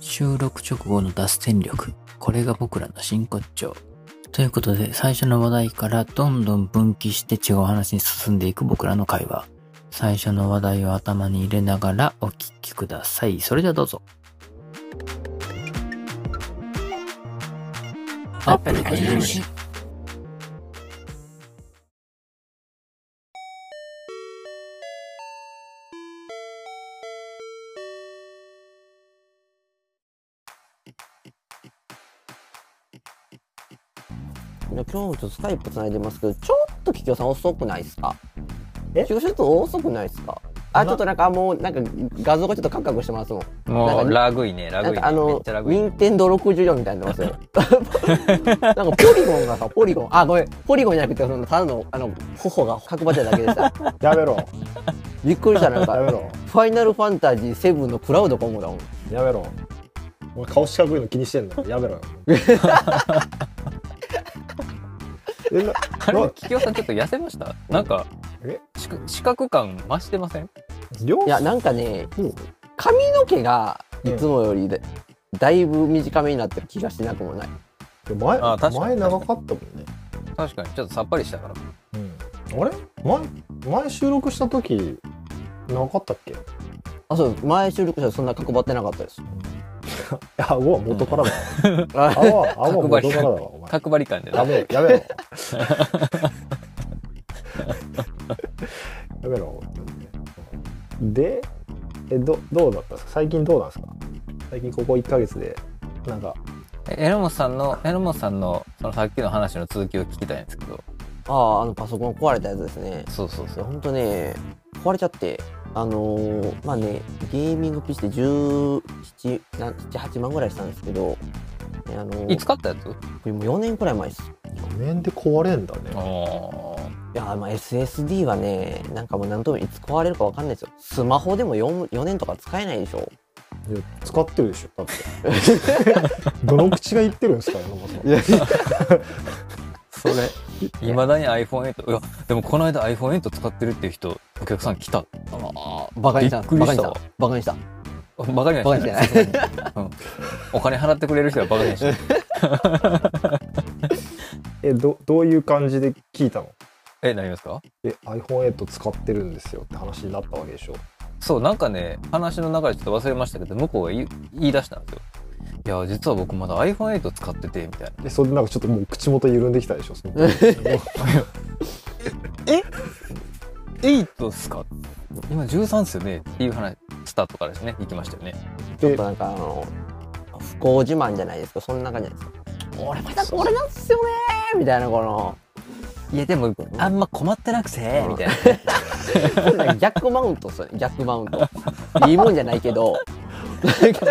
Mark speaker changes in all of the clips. Speaker 1: 収録直後の脱線力。これが僕らの真骨頂。ということで、最初の話題からどんどん分岐して違う話に進んでいく僕らの会話。最初の話題を頭に入れながらお聞きください。それではどうぞ。アップルが有事。
Speaker 2: じゃあ今日ちょっとスカイプ繋いでますけど、ちょっと桔梗さん遅くないですか
Speaker 3: え
Speaker 2: ちょっと遅くないですかあ、ちょっとなんかもう、なんか画像がちょっとカクカクしてますもん。
Speaker 4: も
Speaker 2: なん
Speaker 4: う
Speaker 2: か
Speaker 4: ラグいね、ラグ
Speaker 2: なん
Speaker 4: いね。
Speaker 2: かあ
Speaker 4: めっ
Speaker 2: の
Speaker 4: ちゃラ、グい。
Speaker 2: 任天堂64みたいになってます よ。なんかポリゴンがさ、ポリゴン。あ、ごめん。ポリゴンじゃなくて、その、ただの、あの、頬が角張ってただけ でした。
Speaker 3: や めろ
Speaker 2: びっくりした、なん
Speaker 3: やめ
Speaker 2: か。
Speaker 3: ろ
Speaker 2: ファイナルファンタジー7のクラウドコムだもん。
Speaker 3: やめろお前顔四角いの気にしてんだやめろよ えな
Speaker 4: あれ
Speaker 3: な、
Speaker 4: キキオさんちょっと痩せましたなんか、
Speaker 3: え
Speaker 4: しく視覚感増してません
Speaker 3: 両
Speaker 2: いや、なんかね、髪の毛がいつもよりで、だいぶ短めになってる気がしなくもない。
Speaker 3: 前
Speaker 4: あ確かに
Speaker 3: 前長かったもんね、
Speaker 4: 確かに、ちょっとさっぱりしたから。
Speaker 3: うん、あれ前前収録した時なかったっけ
Speaker 2: あ、そう、前収録者そんな角張ってなかった です。
Speaker 3: 顎は元 からだよ、
Speaker 2: あ
Speaker 3: 顎は顎は元からだわお前
Speaker 4: 角張り感 で
Speaker 3: や
Speaker 4: ね。
Speaker 3: めろやめろやめろでえどどうだったんですか最近どうなんですか最近ここ1ヶ月でなんか
Speaker 4: え榎本さんの、榎本さんの、そのさっきの話の続きを聞きたいんですけど。
Speaker 2: あーあのパソコン壊れたやつですね
Speaker 4: そうそうそ
Speaker 2: ほ
Speaker 4: う。
Speaker 2: んとね壊れちゃってあのーまあねゲーミング PC で1718万ぐらいしたんですけど、ねあのー
Speaker 4: いつ買ったやつ
Speaker 2: これもう4年くらい前です
Speaker 3: 画面で壊れんだね
Speaker 4: おー
Speaker 2: いやーまあ SSD はねなんかもう何ともいつ壊れるかわかんないですよスマホでも 4, 4年とか使えないでしょ
Speaker 3: いや使ってるでしょだって どの口が言ってるんですか山本さん
Speaker 2: いや
Speaker 4: それ、いまだに iPhone8。いや、でもこの間 iPhone8 使ってるっていう人、お客さん来た。あ
Speaker 2: バカにした
Speaker 4: びっくり
Speaker 2: バカ
Speaker 4: し
Speaker 2: に
Speaker 4: た
Speaker 2: したバ カにした
Speaker 4: あ。バカに
Speaker 2: バカ
Speaker 4: は
Speaker 2: に
Speaker 4: し
Speaker 2: して
Speaker 4: て
Speaker 2: な
Speaker 4: ないい。うんお金払ってくれる人はバカにはしてない。
Speaker 3: えどどういう感じで聞いたの
Speaker 4: え、なりますか
Speaker 3: え iPhone8 使ってるんですよって話になったわけでしょ
Speaker 4: そう、なんかね、話の中でちょっと忘れましたけど、向こうが言い言い出したんですよ。いや、実は僕まだ iPhone8 使ってて、みたいな。
Speaker 3: でそれでなんかちょっともう口元緩んできたでしょその
Speaker 4: 8っすか今13っすよねっていう話、スタートからですね、行きましたよね。
Speaker 2: ちょっ となんかあの不幸自慢じゃないですかそんな感じじゃないですか俺まだこれなんですよねーみたいなこの
Speaker 4: いや、でも、あんま困ってなくて
Speaker 2: うん
Speaker 4: みたいな。
Speaker 2: これなんか逆マウントっすよね逆マウントいいもんじゃないけどなんか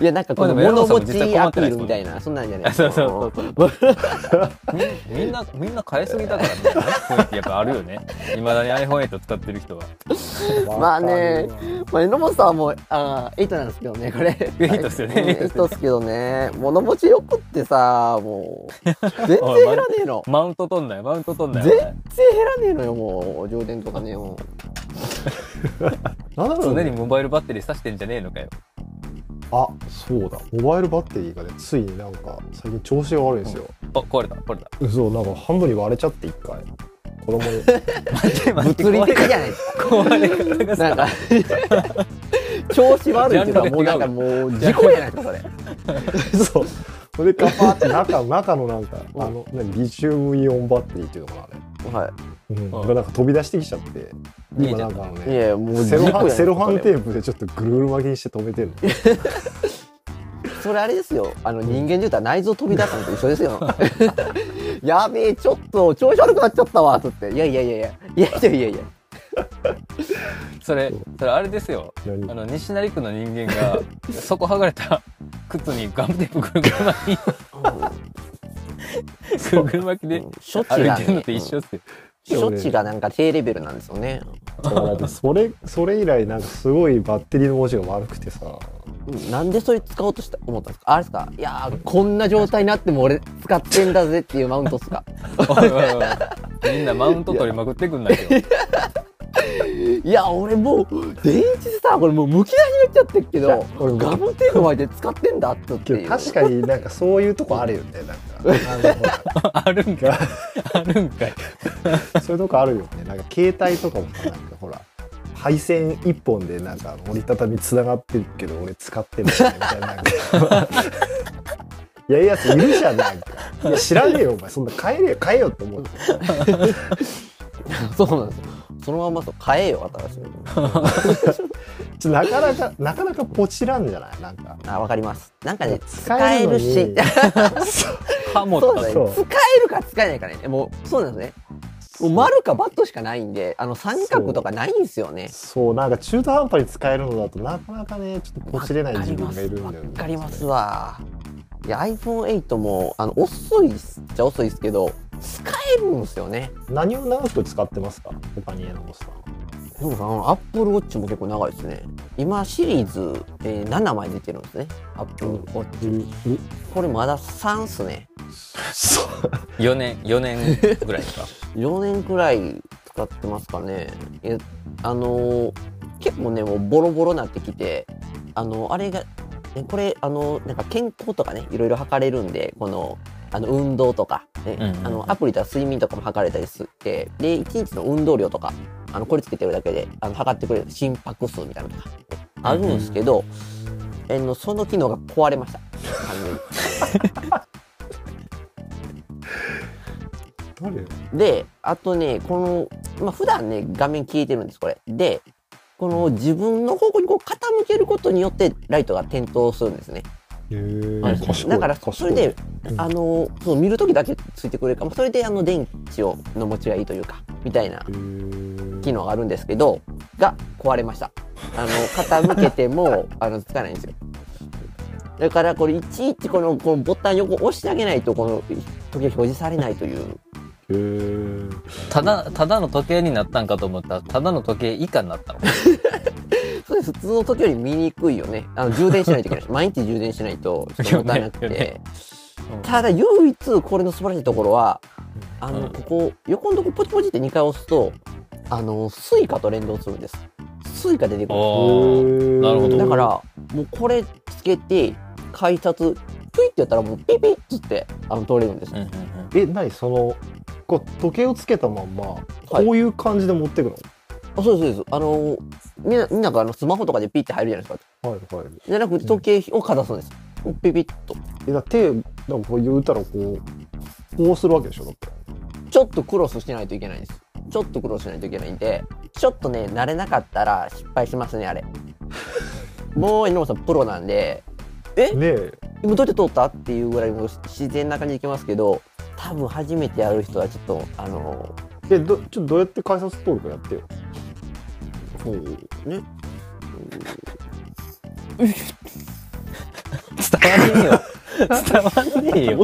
Speaker 2: いやなんかこの
Speaker 4: まあでも
Speaker 2: 物
Speaker 4: 山本
Speaker 2: 持
Speaker 4: さ
Speaker 2: ち
Speaker 4: ん
Speaker 2: ア
Speaker 4: も実際困って
Speaker 2: ピ
Speaker 4: ないです
Speaker 2: ール
Speaker 4: もん
Speaker 2: みたいなそんなんじゃない
Speaker 4: あ
Speaker 2: です
Speaker 4: そう
Speaker 2: か
Speaker 4: そうそうそう。みみんな、みんな買いすぎだからね。雰囲気やっぱあるよね。いまだに iPhone8 使ってる人は。
Speaker 2: まあねまあロボさんはもうあーエイトなんですけどねこれ
Speaker 4: エイトっすよね
Speaker 2: うんエイトっすけどね物持ちよくってさもう全然減らねえの
Speaker 4: マウント取んない、マウント取んない。
Speaker 2: 全然減らねえのよもう上電とかねもう
Speaker 3: なんだろう
Speaker 4: 常
Speaker 3: ね
Speaker 4: にモバイルバッテリー挿してんじゃねえのかよ。
Speaker 3: あそうだモバイルバッテリーがねついになんか最近調子が悪いんですよ、
Speaker 4: あ、壊れた、壊れ た。
Speaker 3: そうなんか半分に割れちゃって一回子供に
Speaker 2: 物理的じゃないです
Speaker 4: 壊れ方が
Speaker 2: かな
Speaker 4: さ
Speaker 2: んか調子悪いっていうのはもうなんかもう事故じゃないですかそれ
Speaker 3: そうそれでガパーって中中のなんかあの何リチウムイオンバッテリーっていうのかなあれ
Speaker 2: は
Speaker 3: うん、
Speaker 4: うん
Speaker 3: がなんか飛び出してきちゃって
Speaker 4: 見え
Speaker 3: 今
Speaker 4: ちゃ
Speaker 3: な
Speaker 4: っ
Speaker 3: ん
Speaker 4: た
Speaker 3: かあの
Speaker 2: いい
Speaker 3: ね
Speaker 2: やもう
Speaker 3: セロハンセロハンテ
Speaker 2: ー
Speaker 3: ープでちょっとぐるぐる巻きにして止めてる
Speaker 2: それあれですよあの人間で言ったら内臓飛び出すのと一緒ですよ やべえちょっと調子悪くなっちゃったわつっていやいやいやいやいやいやいやいや
Speaker 4: それ、それあれですよ。
Speaker 3: の
Speaker 4: あ
Speaker 3: 何
Speaker 4: の西成区の人間が底剥がれた靴にガムテープぐるぐる巻きぐるぐる巻きで
Speaker 2: 処置
Speaker 4: 歩い
Speaker 2: が、
Speaker 4: てるのと
Speaker 2: ね
Speaker 4: 一、緒っすよ。
Speaker 2: 処置がなんか低レベルなんですよね
Speaker 3: そうだってそれそれ以来なんかすごいバッテリーの文字が悪くてさ
Speaker 2: うんなんでそれ使おうとした思ったんですかあれですかいやーこんな状態になっても俺使ってんだぜっていうマウントっすか
Speaker 4: おいおいおいみんなマウント取りまくってくんないよ。
Speaker 2: いや俺もう電池さこれもうむき出しになっちゃってるけ
Speaker 3: いや
Speaker 2: ど
Speaker 3: 俺も
Speaker 2: ガムテープ巻いて使ってんだってって
Speaker 3: け
Speaker 2: いう
Speaker 3: ど確かになんかそういうとこあるよねなんかあのほら
Speaker 4: あるんかい。あるんかい。
Speaker 3: そういうとこあるよね。なんか携帯とかもさなんかほら配線一本でなんか折りたたみつながってるけど俺使ってないみたいななんかやるやついるじゃんなんか。いや知らねえよお前そんな買えねえよ買えよって思う。
Speaker 2: そうなんですよそのまんまそう買えよ新しいの
Speaker 3: ちょなかなかなかなかポチらんじゃないなんか。
Speaker 2: あわかりますなんかね使
Speaker 3: 使
Speaker 2: え
Speaker 3: えるの
Speaker 2: る
Speaker 3: に
Speaker 2: し
Speaker 4: ハモ
Speaker 2: そう
Speaker 4: と
Speaker 2: なん
Speaker 4: か
Speaker 2: です
Speaker 3: そ
Speaker 2: ね
Speaker 3: う
Speaker 2: 使えるか使えないかねもうそうなんですねもう丸かバットしかないんであの三角とかないんですよね
Speaker 3: そうなんか中途半端に使えるのだとなかなかねちょっとポチれない自分がいるんだよね。
Speaker 2: わかりますわいや iPhone8 もあの遅いっちゃ遅いですけど使えるんですよね
Speaker 3: 何を長く使ってますか他にえのさん。
Speaker 2: そうかあのアップルウォッチも結構長いですね今シリーズ、えー、7枚出てるんですねアップルウォッチ これまだ3っすね
Speaker 4: 4年、4年ぐらいですか。
Speaker 2: 4年くらい使ってますかねえあのー結構ねもうボロボロなってきてあのあれがえこれあのなんか健康とかねいろいろ測れるんでこのあの運動とか、ね
Speaker 4: うんうんうん
Speaker 2: あのアプリでは睡眠とかも測れたりしてで1日の運動量とかあのこれつけてるだけであの測ってくれる心拍数みたいなのとか、ねあるんですけど、えのその機能が壊れました完全に
Speaker 3: どれ
Speaker 2: であとねこの、まあ、普段ね画面消えてるんですこれでこの自分の方向にこう傾けることによってライトが点灯するんですね
Speaker 3: へ
Speaker 4: あ
Speaker 3: ー賢い
Speaker 2: だからそ
Speaker 3: 賢
Speaker 2: れ
Speaker 3: い
Speaker 2: で
Speaker 3: うん
Speaker 2: あのそう見る時だけついてくれるかもそれであの電池をの持ちがいいというかみたいな
Speaker 3: へー
Speaker 2: 機能があるんですけどが壊れましたあの傾けても あのつかないんですよだからこれいちいちこのこのボタン横押してあげないとこの時計表示されないという
Speaker 3: へー
Speaker 4: ただ、ただの時計になったんかと思ったら、ただの時計以下になったの。
Speaker 2: そうです普通の時より見にくいよねあの充電しないといけない毎日充電しないとちょっともったいなくて、
Speaker 4: よねよねうん
Speaker 2: ただ唯一これの素晴らしいところはあの、
Speaker 4: うん
Speaker 2: ここ横のとこポチポチって2回押すとあのスイカと連動するんですスイカ出てくるんで
Speaker 3: あ
Speaker 4: おーなるほ
Speaker 2: す
Speaker 4: ど
Speaker 2: だからもうこれつけて改札ピイってやったらもうピピッつってあの通れるんで
Speaker 4: う
Speaker 2: す、
Speaker 4: んうん
Speaker 3: え何そのこう時計をつけたまんま、
Speaker 2: い
Speaker 3: こういう感じで持ってくの
Speaker 2: あそうですそうですあのみんなみんながあのスマホとかでピッて入るじゃないですか
Speaker 3: はいはい
Speaker 2: じゃなくて時計をかざすんですピピッと
Speaker 3: えだ手なんかこう言うたらこうこうするわけでしょだって
Speaker 2: ちょっとクロスしないといけないんです。ちょっとクロスしないといけないんで、ちょっとね、慣れなかったら失敗しますね、あれ。もう、榎本さん、プロなんで、え
Speaker 3: ねえ
Speaker 2: 今どうやって通ったっていうぐらいもう自然な感じでいけますけど、多分初めてやる人はちょっと、あの、
Speaker 3: えどちょっとどうやって改札通るかやってよ
Speaker 2: そうね。
Speaker 4: 伝わんね えよ。伝わんねえよ。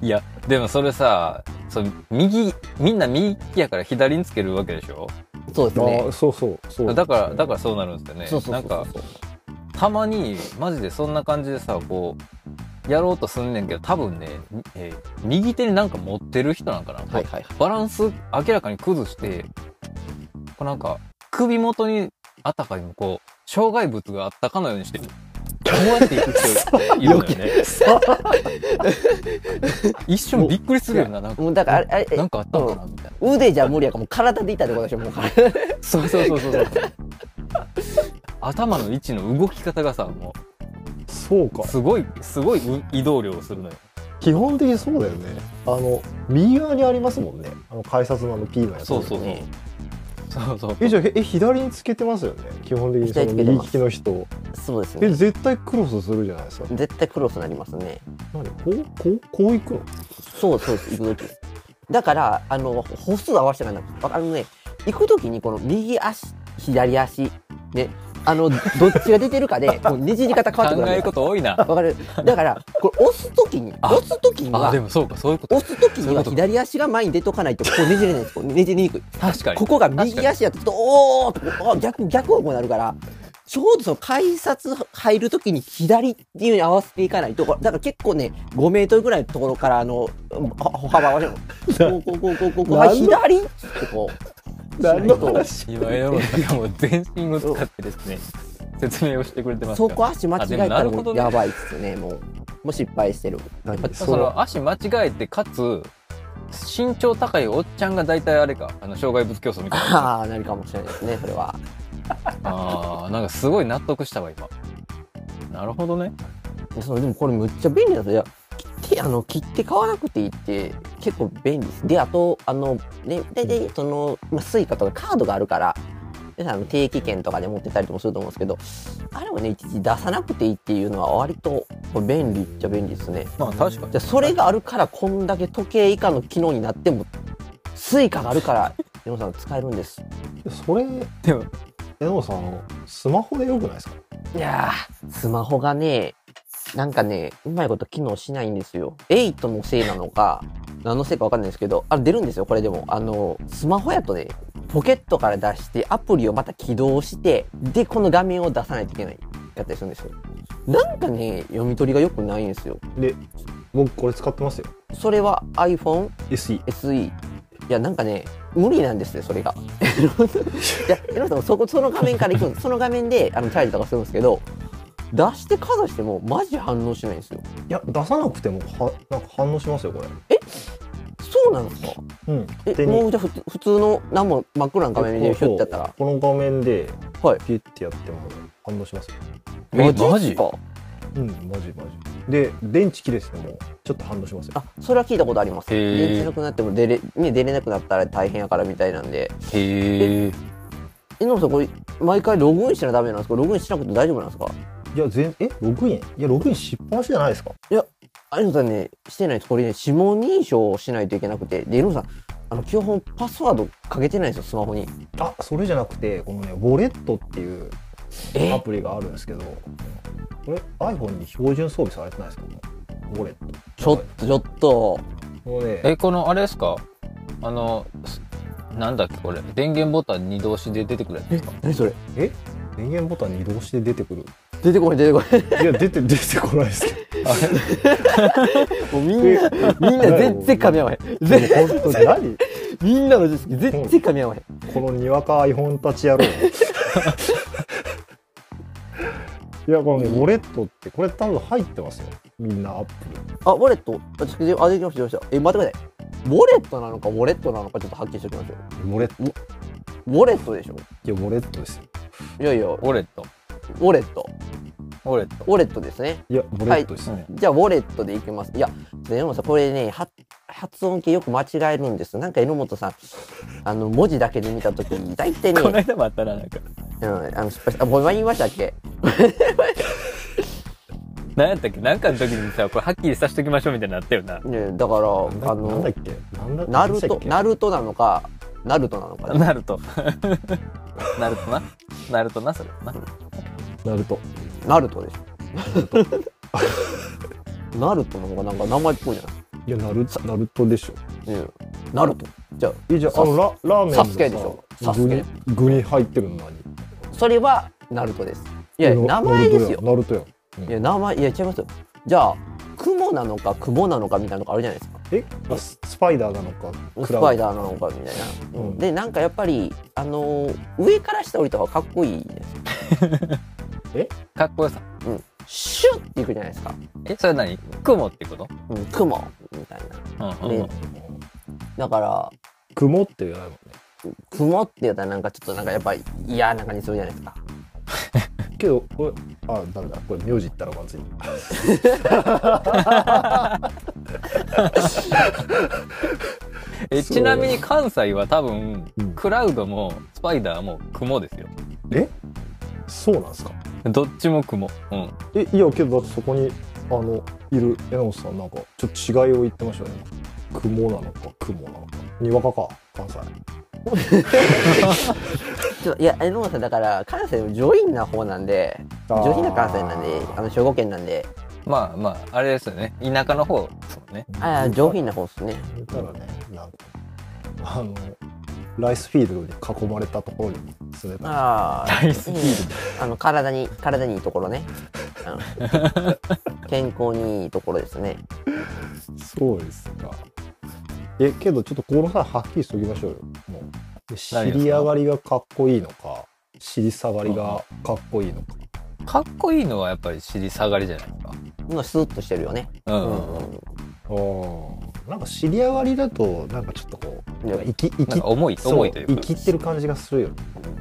Speaker 4: いや、でもそれさ、そう右、みんな右利きやから左につけるわけでしょ
Speaker 2: そうですね
Speaker 3: あ。あそうそうそう
Speaker 4: だから、だかららそうなるんですよね。
Speaker 2: そうそうそうそう
Speaker 4: なんか、たまに、マジでそんな感じでさ、こう、やろうとすんねんけど、多分ね、えー右手になんか持ってる人なんかな。
Speaker 2: はいはいはい。
Speaker 4: バランス明らかに崩して、こうなんか、首元にあたかにもこう、障害物があったかのようにして、こうやっていく人いるのよね。 一瞬びっくりするよな、なんか、
Speaker 2: もうだから、あれ、あれえ
Speaker 4: なんかあったのかな、みたいな。
Speaker 2: 腕じゃ無理やから、もう体でいったってことでしょ、もう体。
Speaker 4: そうそうそうそうそう。頭の位置の動き方がさ、も
Speaker 3: そうか
Speaker 4: う、すごい、すごいう移動量をするのよ。
Speaker 3: 基本的にそうだよねあの右側にありますもんねあの改札のあの P のやつ
Speaker 4: そうそうそう。そうそう
Speaker 3: えじゃあえ左につけてますよね基本的にその右利きの人
Speaker 2: そうです
Speaker 3: え
Speaker 2: ね。
Speaker 3: 絶対クロスするじゃないですか
Speaker 2: 絶対クロスになりますね。
Speaker 3: 何こうこうこういくの
Speaker 2: そうそうです、行く時だから、あの、歩数合わせてないんだ。あのね、行く時にこの右足、左足、ね、あの、どっちが出てるかで、 こうねじり方変わってく
Speaker 4: 考
Speaker 2: る
Speaker 4: え
Speaker 2: わ
Speaker 4: る
Speaker 2: け
Speaker 4: こと多いな。
Speaker 2: わかるだから、これ押す時に、
Speaker 4: あ
Speaker 2: 押す時に
Speaker 4: あ、で
Speaker 2: は、
Speaker 4: もそうか、そういうこと。
Speaker 2: 押す時
Speaker 4: そうい
Speaker 2: に
Speaker 4: う
Speaker 2: は
Speaker 4: ことか
Speaker 2: 左足が前に出とかないと、こうねじれないんです。こうねじりにくい。
Speaker 4: 確かに
Speaker 2: こ。こが右足やと、ちょっと、おーっとこう、あ逆、逆方向になるから、ちょうどその改札入るときに左っていうのに合わせていかないところ、だから結構ね、5メートルぐらいのところから、あの、は歩幅は、こうこうこうこうこうこう、あ
Speaker 3: 何の
Speaker 2: 左ってこう、
Speaker 3: 何
Speaker 2: しな
Speaker 3: の
Speaker 2: いと
Speaker 3: 話
Speaker 4: 今やろうがもう全身を使ってですね、説明をしてくれてます
Speaker 2: そ
Speaker 4: から。
Speaker 2: こ足間違えた
Speaker 4: あでもな
Speaker 2: ら
Speaker 4: るほどね
Speaker 2: やばいっすよね、もう。もう失敗してる。
Speaker 3: 何
Speaker 2: やっぱ
Speaker 4: そ
Speaker 3: その
Speaker 4: の足間違えて、かつ、身長高いおっちゃんが大体あれか、あの、障害物競争みたいな。
Speaker 2: ああ、なるかもしれないですね、それは。
Speaker 4: ああ、なんかすごい納得したわ、今。なるほどね。
Speaker 2: そう、でもこれむっちゃ便利だと、いや、切って、あの、切って買わなくていいって、結構便利です。で、あと、あの、ね、大体、その、まあ、スイカとかカードがあるから、皆さんあの定期券とかで持ってたりともすると思うんですけど、あれをね、いちいち出さなくていいっていうのは割と便利っちゃ便利ですね。
Speaker 4: まあ確かに
Speaker 2: じゃあそれがあるから、こんだけ時計以下の機能になっても、スイカがあるから、皆さん使えるんです。
Speaker 3: それ
Speaker 4: でも、
Speaker 3: 江野さんスマホでよくないですか
Speaker 2: いやー、スマホがね、なんかね、うまいこと機能しないんですよ。8のせいなのか、何のせいかわかんないですけど、あれ出るんですよ、これでも。あの、スマホやとね、ポケットから出して、アプリをまた起動して、で、この画面を出さないといけない。やったりするんですよ。なんかね、読み取りが良くないんですよ。
Speaker 3: で僕これ使ってますよ
Speaker 2: それは iPhone
Speaker 3: SE
Speaker 2: SE いやなんかね無理なんですねそれが いや江ノさんもそこその画面から行く んですその画面であのチャージとかするんですけど出してかざしてもマジ反応しないんですよ
Speaker 3: いや出さなくてもはなんか反応しますよこれ
Speaker 2: そうなんですか
Speaker 3: うん
Speaker 2: え
Speaker 3: 手に
Speaker 2: もうじゃあふつ普通の何も真っ暗な画面でひょってやったら
Speaker 3: この画面で
Speaker 2: はい
Speaker 3: ピュッてやっても反応しますよ
Speaker 4: え
Speaker 2: っすか
Speaker 3: うんマジマジで電池切れですねもうちょっと反応しますよ
Speaker 2: あそれは聞いたことあります
Speaker 4: へー
Speaker 2: 電池なくなっても出れ,、ね、出れなくなったら大変やからみたいなんで
Speaker 4: へえ。
Speaker 2: 江ノさんこれ毎回ログインしなダメなんですかログインしなくて大丈夫なんですか
Speaker 3: いや全えログインいやログインしっぱなしじゃないですか
Speaker 2: あのさんね、してないです。これね、指紋認証をしないといけなくて。で、井上さん、あの、基本パスワードかけてないんですよ、スマホに。
Speaker 3: あそれじゃなくてこのねウォレットっていう
Speaker 2: え
Speaker 3: アプリがあるんですけどこれ iPhone に標準装備されてないですかウォレット
Speaker 2: ちょっと、ちょっと。
Speaker 3: もうね
Speaker 4: え、この、あれですかあの、すなんだっけ、これ。電源ボタン二同士で出てくるやつですか
Speaker 2: 何それ
Speaker 3: え電源ボタンに移動して出てくる
Speaker 2: 出てこない、出てこない。
Speaker 3: いや出て出 てこないですけ
Speaker 2: もうみんな、みんな全然噛み合わへん。全
Speaker 3: ど 本当に何
Speaker 2: みんなの知識、全然噛み合わへん。
Speaker 3: このにわか iPhone たち野 郎いやこのねウォレットってこれ多分入ってますよみんなアップ
Speaker 2: あ、ウォレットあ、ちょあ、できました、できました。え、待ってください。ウォレットなのか、ウォレットなのか、ちょっとはっきりしておきましょう。
Speaker 3: ルウォレット
Speaker 2: ウォレットでしょ
Speaker 3: いやウォレットですよ
Speaker 2: いやいや、ウ
Speaker 4: ウォレット。
Speaker 2: ォレット。
Speaker 4: ウォレット。
Speaker 2: ウォレットですね。
Speaker 3: いやウォレットですね、
Speaker 2: じゃあ、ウォレットでいきます。いや、榎本さん、これね、は発音系よく間違えるんです。なんか榎本さん、あの、文字だけで見たとき、大体ね、
Speaker 4: こ
Speaker 2: う
Speaker 4: の間もあったら、なんか、
Speaker 2: ん、あの、失敗した。あ、もう今言いましたっけ
Speaker 4: 何やったっけなんかの時にさ、これはっきりさせときましょうみたいになったよな。
Speaker 2: ね、だから、あ
Speaker 3: ななんだ
Speaker 2: の
Speaker 3: っ、けなんだ
Speaker 2: ナ
Speaker 3: なん
Speaker 2: ル
Speaker 3: でした
Speaker 2: ト、
Speaker 3: っけ
Speaker 2: ナルトなのか、ナルトなのか、
Speaker 4: なると。なるとな。なるとな、それな。
Speaker 3: ナルト
Speaker 2: ナルトでしょ。 ナルトの方がなんか名前っぽいじゃ
Speaker 3: いやナルナルトでしょ
Speaker 2: ない、うん、ナルト。じゃあ、
Speaker 3: いやじゃあ
Speaker 2: サ
Speaker 3: あ
Speaker 2: ス
Speaker 3: のララーメンの
Speaker 2: サスケでしょサスケ
Speaker 3: 具に具に入ってるの何
Speaker 2: それはナルトです。いや、名
Speaker 3: な
Speaker 2: 前ですよ。
Speaker 3: ナルトやんナルトやん
Speaker 2: いや、名前、いや、違いますよ。じゃあ、雲なのか、雲なのかみたいなのがあるじゃないですか。
Speaker 3: えあススパイダーなのか
Speaker 2: スパイ
Speaker 3: ダ
Speaker 2: ダーなのかみたいな。
Speaker 3: うん
Speaker 2: で、なんかやっぱり、あのー上から下降りた方がかっこいいじゃないですか。
Speaker 4: かっこよさ。
Speaker 2: シュッていくじゃないですか。
Speaker 4: え、それ何雲ってこと
Speaker 2: うん、雲みたい
Speaker 4: うん
Speaker 2: な。
Speaker 4: うんう
Speaker 2: で
Speaker 4: ん。、
Speaker 2: だから、
Speaker 3: 雲って言わないもんね
Speaker 2: 雲って言ったらなんかちょっとなんかやっぱり嫌な感じするじゃないですか。
Speaker 3: けどこれあダメだこれ名字言ったらまずい
Speaker 4: え
Speaker 3: そう
Speaker 4: ちなみに関西は多分、
Speaker 3: うん
Speaker 4: クラウドもスパイダーも雲ですよ
Speaker 3: そうなんですか
Speaker 4: どっちも雲うん
Speaker 3: えいやけどだってそこにあのいる榎本さんなんかちょっと違いを言ってましたよね雲なのか雲なのかにわかか関西
Speaker 2: ちょっと、いや、江本さん、だから、関西の上品な方なんで、
Speaker 3: あー
Speaker 2: 上品な関西なんで、あの、兵庫県なんで、
Speaker 4: まあまああれですよね田舎の方ですもんね
Speaker 2: ああ、上品な方ですね。
Speaker 3: 言ったらねなんかあのライスフィールドに囲まれたところに住んでた
Speaker 2: ああ
Speaker 4: 大好き。
Speaker 2: あの体に体にいいところね、うん健康にいいところですね
Speaker 3: そうですかえけどちょっとこの際はっきりしときましょうよもう知
Speaker 4: 何ですか
Speaker 3: り上がりがかっこいいのか尻下がりがかっこいいのか
Speaker 4: かっこいいのはやっぱり尻下がりじゃないですか。
Speaker 2: みんなスーッとしてるよね
Speaker 4: う
Speaker 2: うん
Speaker 4: ん。
Speaker 3: あーなんか知り上がりだとなんかちょっとこう
Speaker 2: いや
Speaker 3: 生き生
Speaker 4: なん
Speaker 3: き
Speaker 4: か重い、
Speaker 3: そう
Speaker 4: 重いというか。
Speaker 3: 生きってる感じがするよね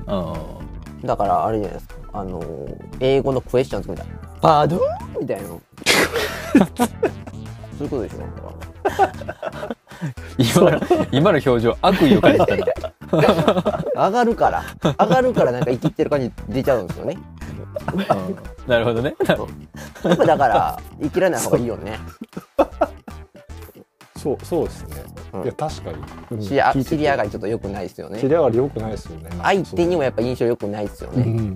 Speaker 4: うん。
Speaker 2: だからあれじゃないですかあの英語のクエスチョンズみたいな「パードゥン?」みたいなそういうことでしょ
Speaker 4: 今の、今の表情、悪意を感じたな。
Speaker 2: 上がるから上がるからなんか生きてる感じ出ちゃうんですよね
Speaker 4: うんなるほどね。
Speaker 2: やっぱだから生きられない方がいいよね
Speaker 3: そうそうですね、
Speaker 2: うん
Speaker 3: いや確かに、うん
Speaker 2: 知りあ
Speaker 3: 聞いてて
Speaker 2: 知り上がりちょっと良くないですよね
Speaker 3: 知り上がり良くないですよね
Speaker 2: 相手に
Speaker 3: も
Speaker 2: もやっぱ印象良くないですよね、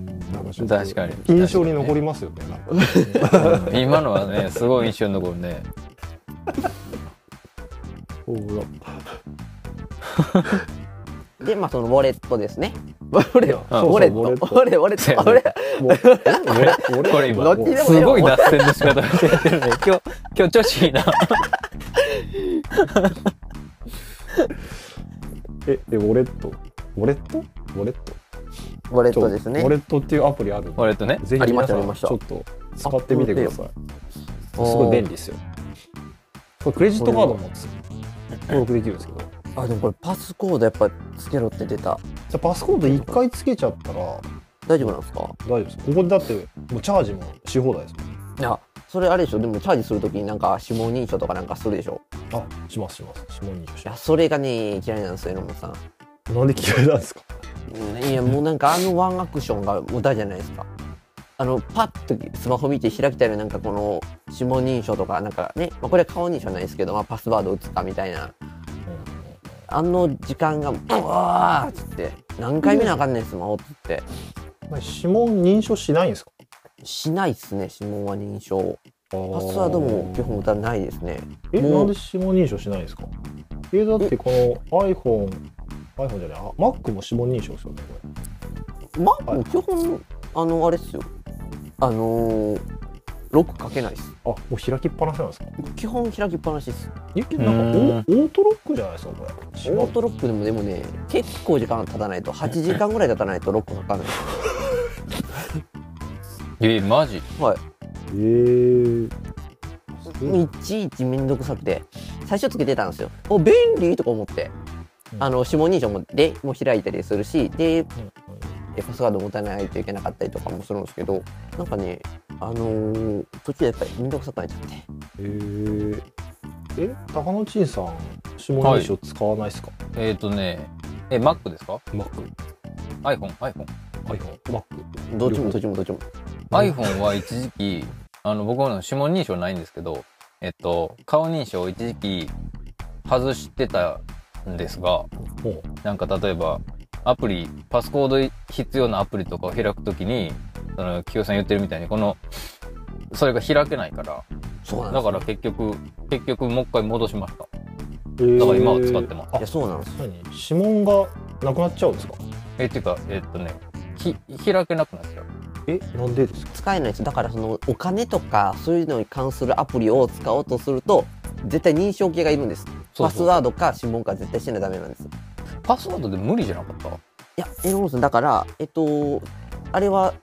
Speaker 4: 確かに。
Speaker 3: 印象に残りますよねなんか
Speaker 4: うん今のはね、すごい印象に残るね。
Speaker 3: ほ
Speaker 2: でまあそのウォレットですねウォレッ
Speaker 4: うん
Speaker 2: トウォレット
Speaker 3: そうそう
Speaker 2: ウォレウォレット
Speaker 4: そうやね
Speaker 3: らもう俺俺
Speaker 4: これ今
Speaker 2: どっちでも
Speaker 4: すごい脱線の仕方をしてるね。 今日、今日調子いいな。
Speaker 3: ええウォレットウォレットウォレット
Speaker 2: ウォレットですね
Speaker 3: ウォレットっていうアプリあるんで
Speaker 4: 俺とね。
Speaker 3: ぜひ
Speaker 2: ありまし
Speaker 3: 皆
Speaker 2: た
Speaker 3: さ
Speaker 2: あり
Speaker 3: ん
Speaker 2: まし
Speaker 3: ち
Speaker 2: た
Speaker 3: ょっと使ってみてくださいす
Speaker 2: おー
Speaker 3: ごい便利ですよこれクレジットカードも登録できるんですけどじ
Speaker 2: あでもこれパスコードやっぱつけろって出た
Speaker 3: ゃあパスコード一回つけちゃったら大
Speaker 2: 大丈夫なんですか
Speaker 3: 丈夫ですここでだってもうチャージもし放題です
Speaker 2: いやそれあれでしょでもチャージするときになんか指紋認証とかなんかするでしょ
Speaker 3: もんあしますします指紋認証し
Speaker 2: いや
Speaker 3: ま
Speaker 2: それがね嫌いなんですよ榎本さん
Speaker 3: すなんで嫌いなんですか
Speaker 2: うんいやもうなんかあのワンアクションが無駄じゃないですかあのパッとスマホ見て開きたいのなんかこの指紋認証とかなんかね、まあ、これは顔認証ないですけど、まあ、パスワード打つかみたいなあの時間が「うわ!」っつって何回見なあかんねんスマホっつって
Speaker 3: 指紋認証しないんですか
Speaker 2: しないっすね指紋は認証
Speaker 3: パス
Speaker 2: パスワードも基本打たないですね
Speaker 3: え
Speaker 2: もう
Speaker 3: なんで指紋認証しないんですかえだってこの iPhone iPhone じゃないあ Mac も指紋認証ですよねこ
Speaker 2: まあ、基本あのあれっすよあのー、ロックかけないっす
Speaker 3: れあもう開きっぱなしなんですか
Speaker 2: 基本開きっぱなしっす
Speaker 3: えなんかオオートロックじゃないですかこれ
Speaker 2: オートロックでもでもね結構時間経たないと8時間ぐらい経たないとロッ クかかんない
Speaker 4: え、マジ
Speaker 2: は
Speaker 3: えー、
Speaker 2: いいちいちめんどくさくて最初つけてたんですよお便利とか思ってあの指紋認証もでも開いたりするしでパスワード持たないといけなかったりとかもするんですけどなんかねあのー、途中でやっぱりめんどくさくなっちゃって
Speaker 3: えー、え高野陳さん指紋認証使わないですか、
Speaker 4: えっ、ー、とね、え、Mac ですか
Speaker 3: Mac
Speaker 4: ?iPhone、iPhone。
Speaker 3: iPhone Mac
Speaker 2: どっちもどっちもどっちも
Speaker 4: iPhone は一時期、あの、僕は指紋認証ないんですけど、えっと、顔認証を一時期外してたんですが、
Speaker 3: も
Speaker 4: なんか例えば、アプリ、パスコード必要なアプリとかを開くときに、その、キヨさん言ってるみたいに、この、それが開けないから、
Speaker 2: そうなんで
Speaker 4: だ
Speaker 2: す
Speaker 4: から結局、結局もう一回戻しました。
Speaker 3: う、えー
Speaker 4: だから今は使ってます
Speaker 3: あ
Speaker 2: いやそうなんです
Speaker 3: 何指紋がなくなっちゃうんですか
Speaker 4: え、っていうか、えっとね、ひ、開けなくなっちゃう。
Speaker 3: えなんでですか
Speaker 2: 使えないですだからそのお金とかそういうのに関するアプリを使おうとすると絶対認証系がいるんです
Speaker 4: そうそう
Speaker 2: パスワードか指紋か絶対してないとダメなんですい
Speaker 4: パスワードで無理じゃなかった
Speaker 2: や榎本さんだからえっとあれは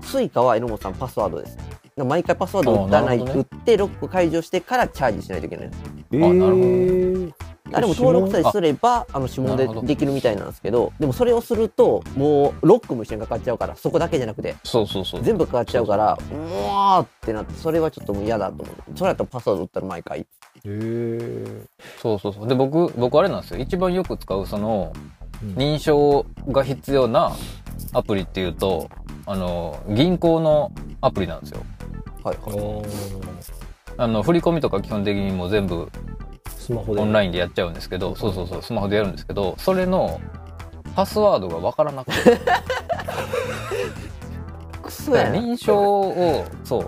Speaker 2: スイカは榎本さんパスワードですだから毎回パスワード打たない、
Speaker 4: あーなる
Speaker 2: 打
Speaker 4: ほ
Speaker 2: ってロック解除してからチャージしないといけない
Speaker 3: え
Speaker 4: なるほど
Speaker 3: ー、
Speaker 2: あでも登録さえすればあの指紋で
Speaker 4: なるほど
Speaker 2: できるみたいなんですけどでもそれをするともうロックも一緒にかかっちゃうからそこだけじゃなくて
Speaker 4: そうそうそう。
Speaker 2: 全部かかっちゃうからうわーってなってそれはちょっともう嫌だと思うそれだとパスワード打ったら毎回
Speaker 3: えー、
Speaker 4: そうそうそう。で、僕、僕あれなんですよ。一番よく使う、その、
Speaker 3: うん
Speaker 4: 認証が必要なアプリっていうと、あの、銀行のアプリなんですよ。
Speaker 2: はい
Speaker 3: あー
Speaker 4: あの、振り込みとか基本的にもう全部
Speaker 3: スマホで
Speaker 4: オンラインでやっちゃうんですけど、そうそうそう、スマホでやるんですけど、それの、パスワードがわからなくて、
Speaker 2: クソやな
Speaker 4: 認証を、そ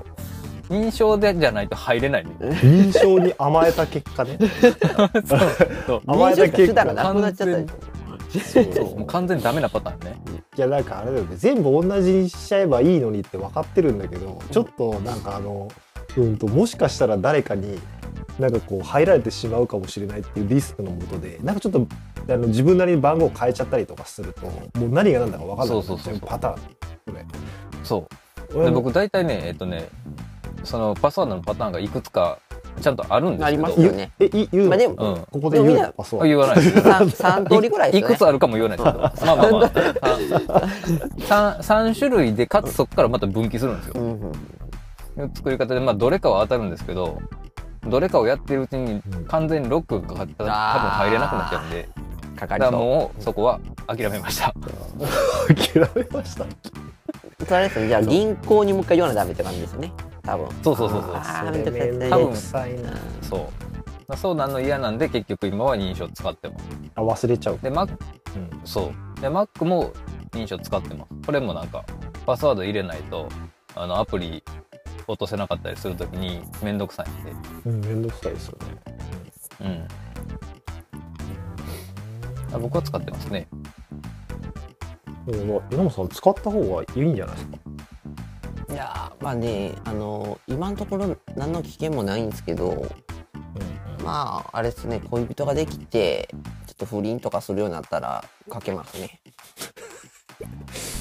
Speaker 4: う、認証でじゃないと入れないみたいな。
Speaker 3: 認証 に甘えた結果ね
Speaker 4: そうそう
Speaker 3: 甘えた結
Speaker 2: 手段がな
Speaker 3: 果
Speaker 2: くなっちゃったり
Speaker 4: 完
Speaker 3: そう
Speaker 4: そうもう完全にダメなパターンね
Speaker 3: いやなんかあれだよね全部同じにしちゃえばいいのにって分かってるんだけどちょっとなんかあのうんともしかしたら誰かになんかこう入られてしまうかもしれないっていうリスクのもとでなんかちょっとあの自分なりに番号変えちゃったりとかするともう何が何だか分かんなくなっちゃ
Speaker 4: そうそうそう
Speaker 3: う
Speaker 4: そう
Speaker 3: パターンこ
Speaker 4: そう
Speaker 3: れ俺
Speaker 4: で
Speaker 3: も
Speaker 4: 僕大体ねえっとねそのパスワードのパターンがいくつかちゃんとあるんですけど
Speaker 2: あります
Speaker 3: 言
Speaker 2: よ
Speaker 3: う
Speaker 2: ね
Speaker 3: えい言うの、
Speaker 2: まあでも
Speaker 4: うん
Speaker 3: ここで言う
Speaker 2: でもみん
Speaker 3: の
Speaker 2: な
Speaker 3: あそう
Speaker 4: あ言わないです
Speaker 2: 三三通りぐらいです
Speaker 4: い
Speaker 2: よね
Speaker 4: くつあるかも言わないですけどまあまあまあ 3, 種類でかつそこからまた分岐するんですよ
Speaker 2: うんうん
Speaker 4: 作り方でまあどれかは当たるんですけどどれかをやってるうちに完全にロックがかかったら多分入れなくなっちゃうんで
Speaker 2: か
Speaker 4: だ
Speaker 2: かり
Speaker 4: から
Speaker 2: そ
Speaker 4: もうそこは諦めました
Speaker 3: 諦めました
Speaker 2: うそれですねじゃあ銀行にもう一回言わなダメって感じですね多分
Speaker 4: そうそうそうそう
Speaker 2: あー
Speaker 3: それめん
Speaker 2: めんどくさい
Speaker 3: どくさいな
Speaker 4: そうまあそうなんの嫌なんで結局今は認証使ってます
Speaker 3: あ忘れちゃう
Speaker 4: で Mac そうで Mac も認証使ってますこれもなんかパスワード入れないとあのアプリ落とせなかったりするときにめんどくさいんで
Speaker 3: うんめんどくさいですよね
Speaker 4: うんあ僕は使ってますね
Speaker 3: でもまあ榎本さん使った方がいいんじゃないですか
Speaker 2: いやーまあねあの今のところ何の危険もないんですけどまああれですね恋人ができてちょっと不倫とかするようになったらかけますね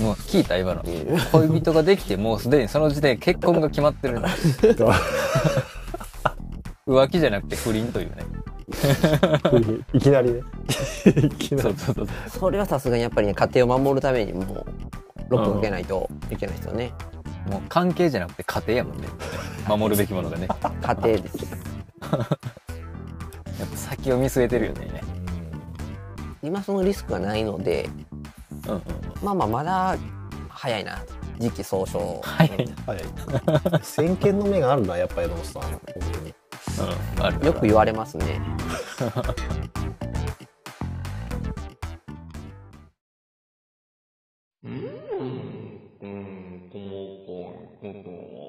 Speaker 4: もう聞いた今の恋人ができてもうすでにその時点で結婚が決まってるの 浮気じゃなくて不倫というね
Speaker 3: いきなりね。 いきな
Speaker 4: そ
Speaker 3: り
Speaker 4: う。そうそう
Speaker 2: それはさすがにやっぱりね家庭を守るためにもうロックかけないといけないですよね
Speaker 4: もう関係じゃなくて家庭やもんね守るべきものがねやっ
Speaker 2: 家庭です
Speaker 4: ぱ先を見据えてるよね
Speaker 2: 今そのリスクがないので
Speaker 4: うんうん
Speaker 2: まあまあまだ早いな時期尚早
Speaker 4: 早い
Speaker 3: はい。先見の目があるな、やっぱ榎本さん。本当に
Speaker 4: うんある
Speaker 2: よく言われますね
Speaker 5: うん、この子のことは